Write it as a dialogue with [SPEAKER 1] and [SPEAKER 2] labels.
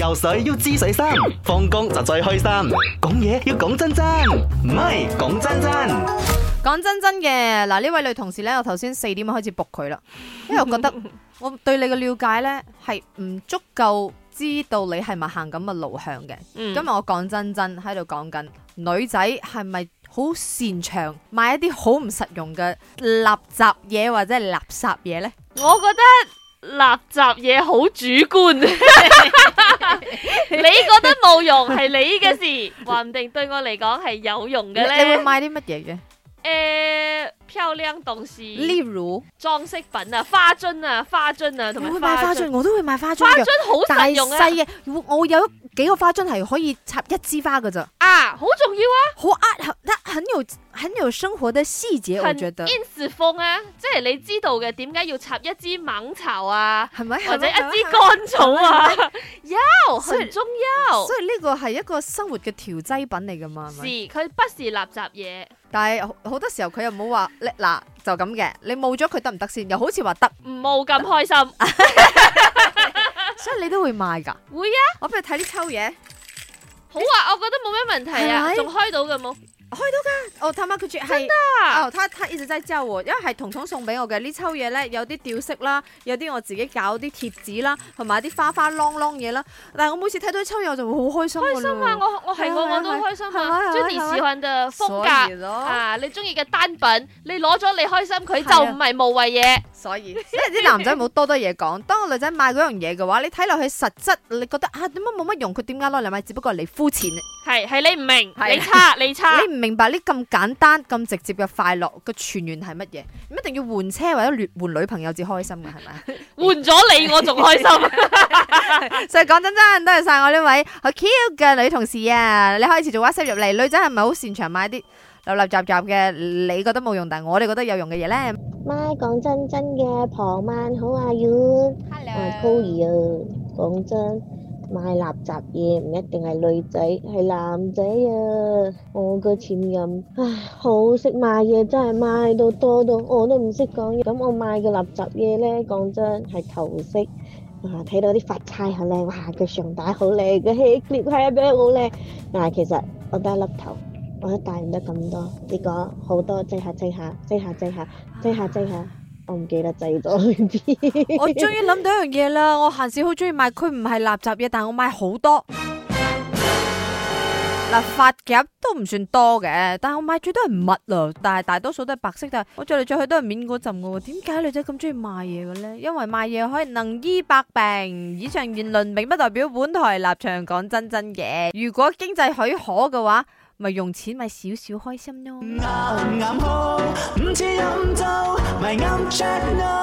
[SPEAKER 1] 游水要知水深，放工就最開心。講嘢要講真真，唔係講真真。
[SPEAKER 2] 講真真嘅，嗱呢位女同事咧，我頭先四點開始仆佢啦，因為我覺 得我對你嘅了解咧係唔足夠知道你係咪行咁嘅路向嘅。
[SPEAKER 3] 嗯
[SPEAKER 2] 今日我講真真喺度講緊女仔係咪好擅長買一啲好唔實用嘅垃圾嘢或者係垃圾嘢呢？
[SPEAKER 3] 我覺得垃圾嘢好主 觀，你覺得冇用係你嘅事，話唔定對我嚟講係有用
[SPEAKER 2] 你
[SPEAKER 3] 嘅
[SPEAKER 2] 你會
[SPEAKER 3] 咧。
[SPEAKER 2] 買啲乜嘢嘅？
[SPEAKER 3] 誒、漂亮東西、
[SPEAKER 2] 例如，
[SPEAKER 3] 裝飾品啊、花樽啊、花樽啊，
[SPEAKER 2] 你
[SPEAKER 3] 同
[SPEAKER 2] 會
[SPEAKER 3] 埋
[SPEAKER 2] 買花
[SPEAKER 3] 花
[SPEAKER 2] 樽，
[SPEAKER 3] 樽，
[SPEAKER 2] 我都會買花樽
[SPEAKER 3] 花
[SPEAKER 2] 嘅，
[SPEAKER 3] 樽好
[SPEAKER 2] 大
[SPEAKER 3] 實用啊！
[SPEAKER 2] 細嘅，我我有幾個花樽係可以插一枝花㗎咋。
[SPEAKER 3] 啊，好重要啊！
[SPEAKER 2] 好呃，很它很有很有生活的細節，我
[SPEAKER 3] 很
[SPEAKER 2] 覺得
[SPEAKER 3] ins 風啊，即係你知道嘅點解要插一支猛草啊，
[SPEAKER 2] 係咪？
[SPEAKER 3] 或者一
[SPEAKER 2] 係咪
[SPEAKER 3] 支。乾草啊， 有
[SPEAKER 2] 所以
[SPEAKER 3] 很重
[SPEAKER 2] 係
[SPEAKER 3] 要
[SPEAKER 2] 咪。所以呢個係一個生活嘅調劑品嚟噶嘛，係
[SPEAKER 3] 是
[SPEAKER 2] 咪？
[SPEAKER 3] 佢不是垃圾嘢，
[SPEAKER 2] 但係好好多時候佢又冇話你嗱就咁嘅，你冇咗佢得唔得先？又好似話 得，
[SPEAKER 3] 唔冇咁開心。
[SPEAKER 2] 啊所以你都會買㗎。
[SPEAKER 3] 會啊，
[SPEAKER 2] 我俾你睇啲抽嘢，
[SPEAKER 3] 好啊，我覺得冇咩問題
[SPEAKER 2] 係咪嗯
[SPEAKER 3] 啊，仲開到嘅冇
[SPEAKER 2] 哦，他媽佢住係
[SPEAKER 3] 啊，
[SPEAKER 2] 哦，他他一直真係教我，因為係彤彤送俾我嘅呢抽嘢咧，有啲吊飾啦，有啲我自己搞啲貼紙啦，同埋啲花花啷啷嘢啦。但係我每次睇到呢抽嘢我就會好開心開
[SPEAKER 3] 開心啊，我我係我
[SPEAKER 2] 係啊
[SPEAKER 3] 我都開心
[SPEAKER 2] 係啊係啊
[SPEAKER 3] 啊，將你喜歡嘅風格。
[SPEAKER 2] 所以咯
[SPEAKER 3] 啊！你中意嘅單品，你攞咗你開心，佢
[SPEAKER 2] 係啊
[SPEAKER 3] 就唔係無謂嘢。
[SPEAKER 2] 所以，即係啲男仔唔好多多嘢講。當個女仔買嗰樣嘢嘅話，你睇落去實質，你覺得啊點解冇乜用？佢點解攞嚟買？只不過係你膚淺，
[SPEAKER 3] 係係你唔明，
[SPEAKER 2] 係啊
[SPEAKER 3] 你差你差。
[SPEAKER 2] 你唔明白呢咁簡單、咁直接嘅快樂嘅泉源係乜嘢？唔一定要換車或者戀換女朋友至開心嘅係咪？
[SPEAKER 3] 換咗你，我仲開心。
[SPEAKER 2] 所以講真真，多謝晒我呢位好 cute 嘅女同事啊！你可以持續 WhatsApp 入嚟，女仔係咪好擅長買啲流流雜雜嘅？你覺得冇用，但係我哋覺得有用嘅嘢咧
[SPEAKER 4] 媽講真真嘅，傍晚好啊，Yun，我係 Koey 啊。講真，買垃圾嘢唔一定係女仔，係男仔啊。我個前任，唉，好識買嘢，真係買到多到我都唔識講嘢。咁我買嘅垃圾嘢呢，講真係頭飾。啊！睇到啲髮釵好靚，哇！個上帶好靚，個 hair clip 係啊，咩好靚。但係其實我得一粒頭，我都戴唔得咁多。結果好多擠下擠下，擠下擠下。擠下擠下，我唔記得擠咗去 邊。
[SPEAKER 2] 我終於諗到一樣嘢啦！我閒時好中意買，佢唔係垃圾嘢，但係我買好多。嗱，髮夾都唔算多嘅，但係我買最多係襪啦，但係大多數都係白色，但係我着嚟着去都係面嗰陣嘅喎。點解女仔咁中意買嘢嘅呢？因為買嘢可以能醫百病。以上言論並不代表本台立場，講真真嘅。如果經濟許可嘅話，咪用錢買少少開心咯。
[SPEAKER 5] 啱啱好，唔似飲酒，咪啱 check no。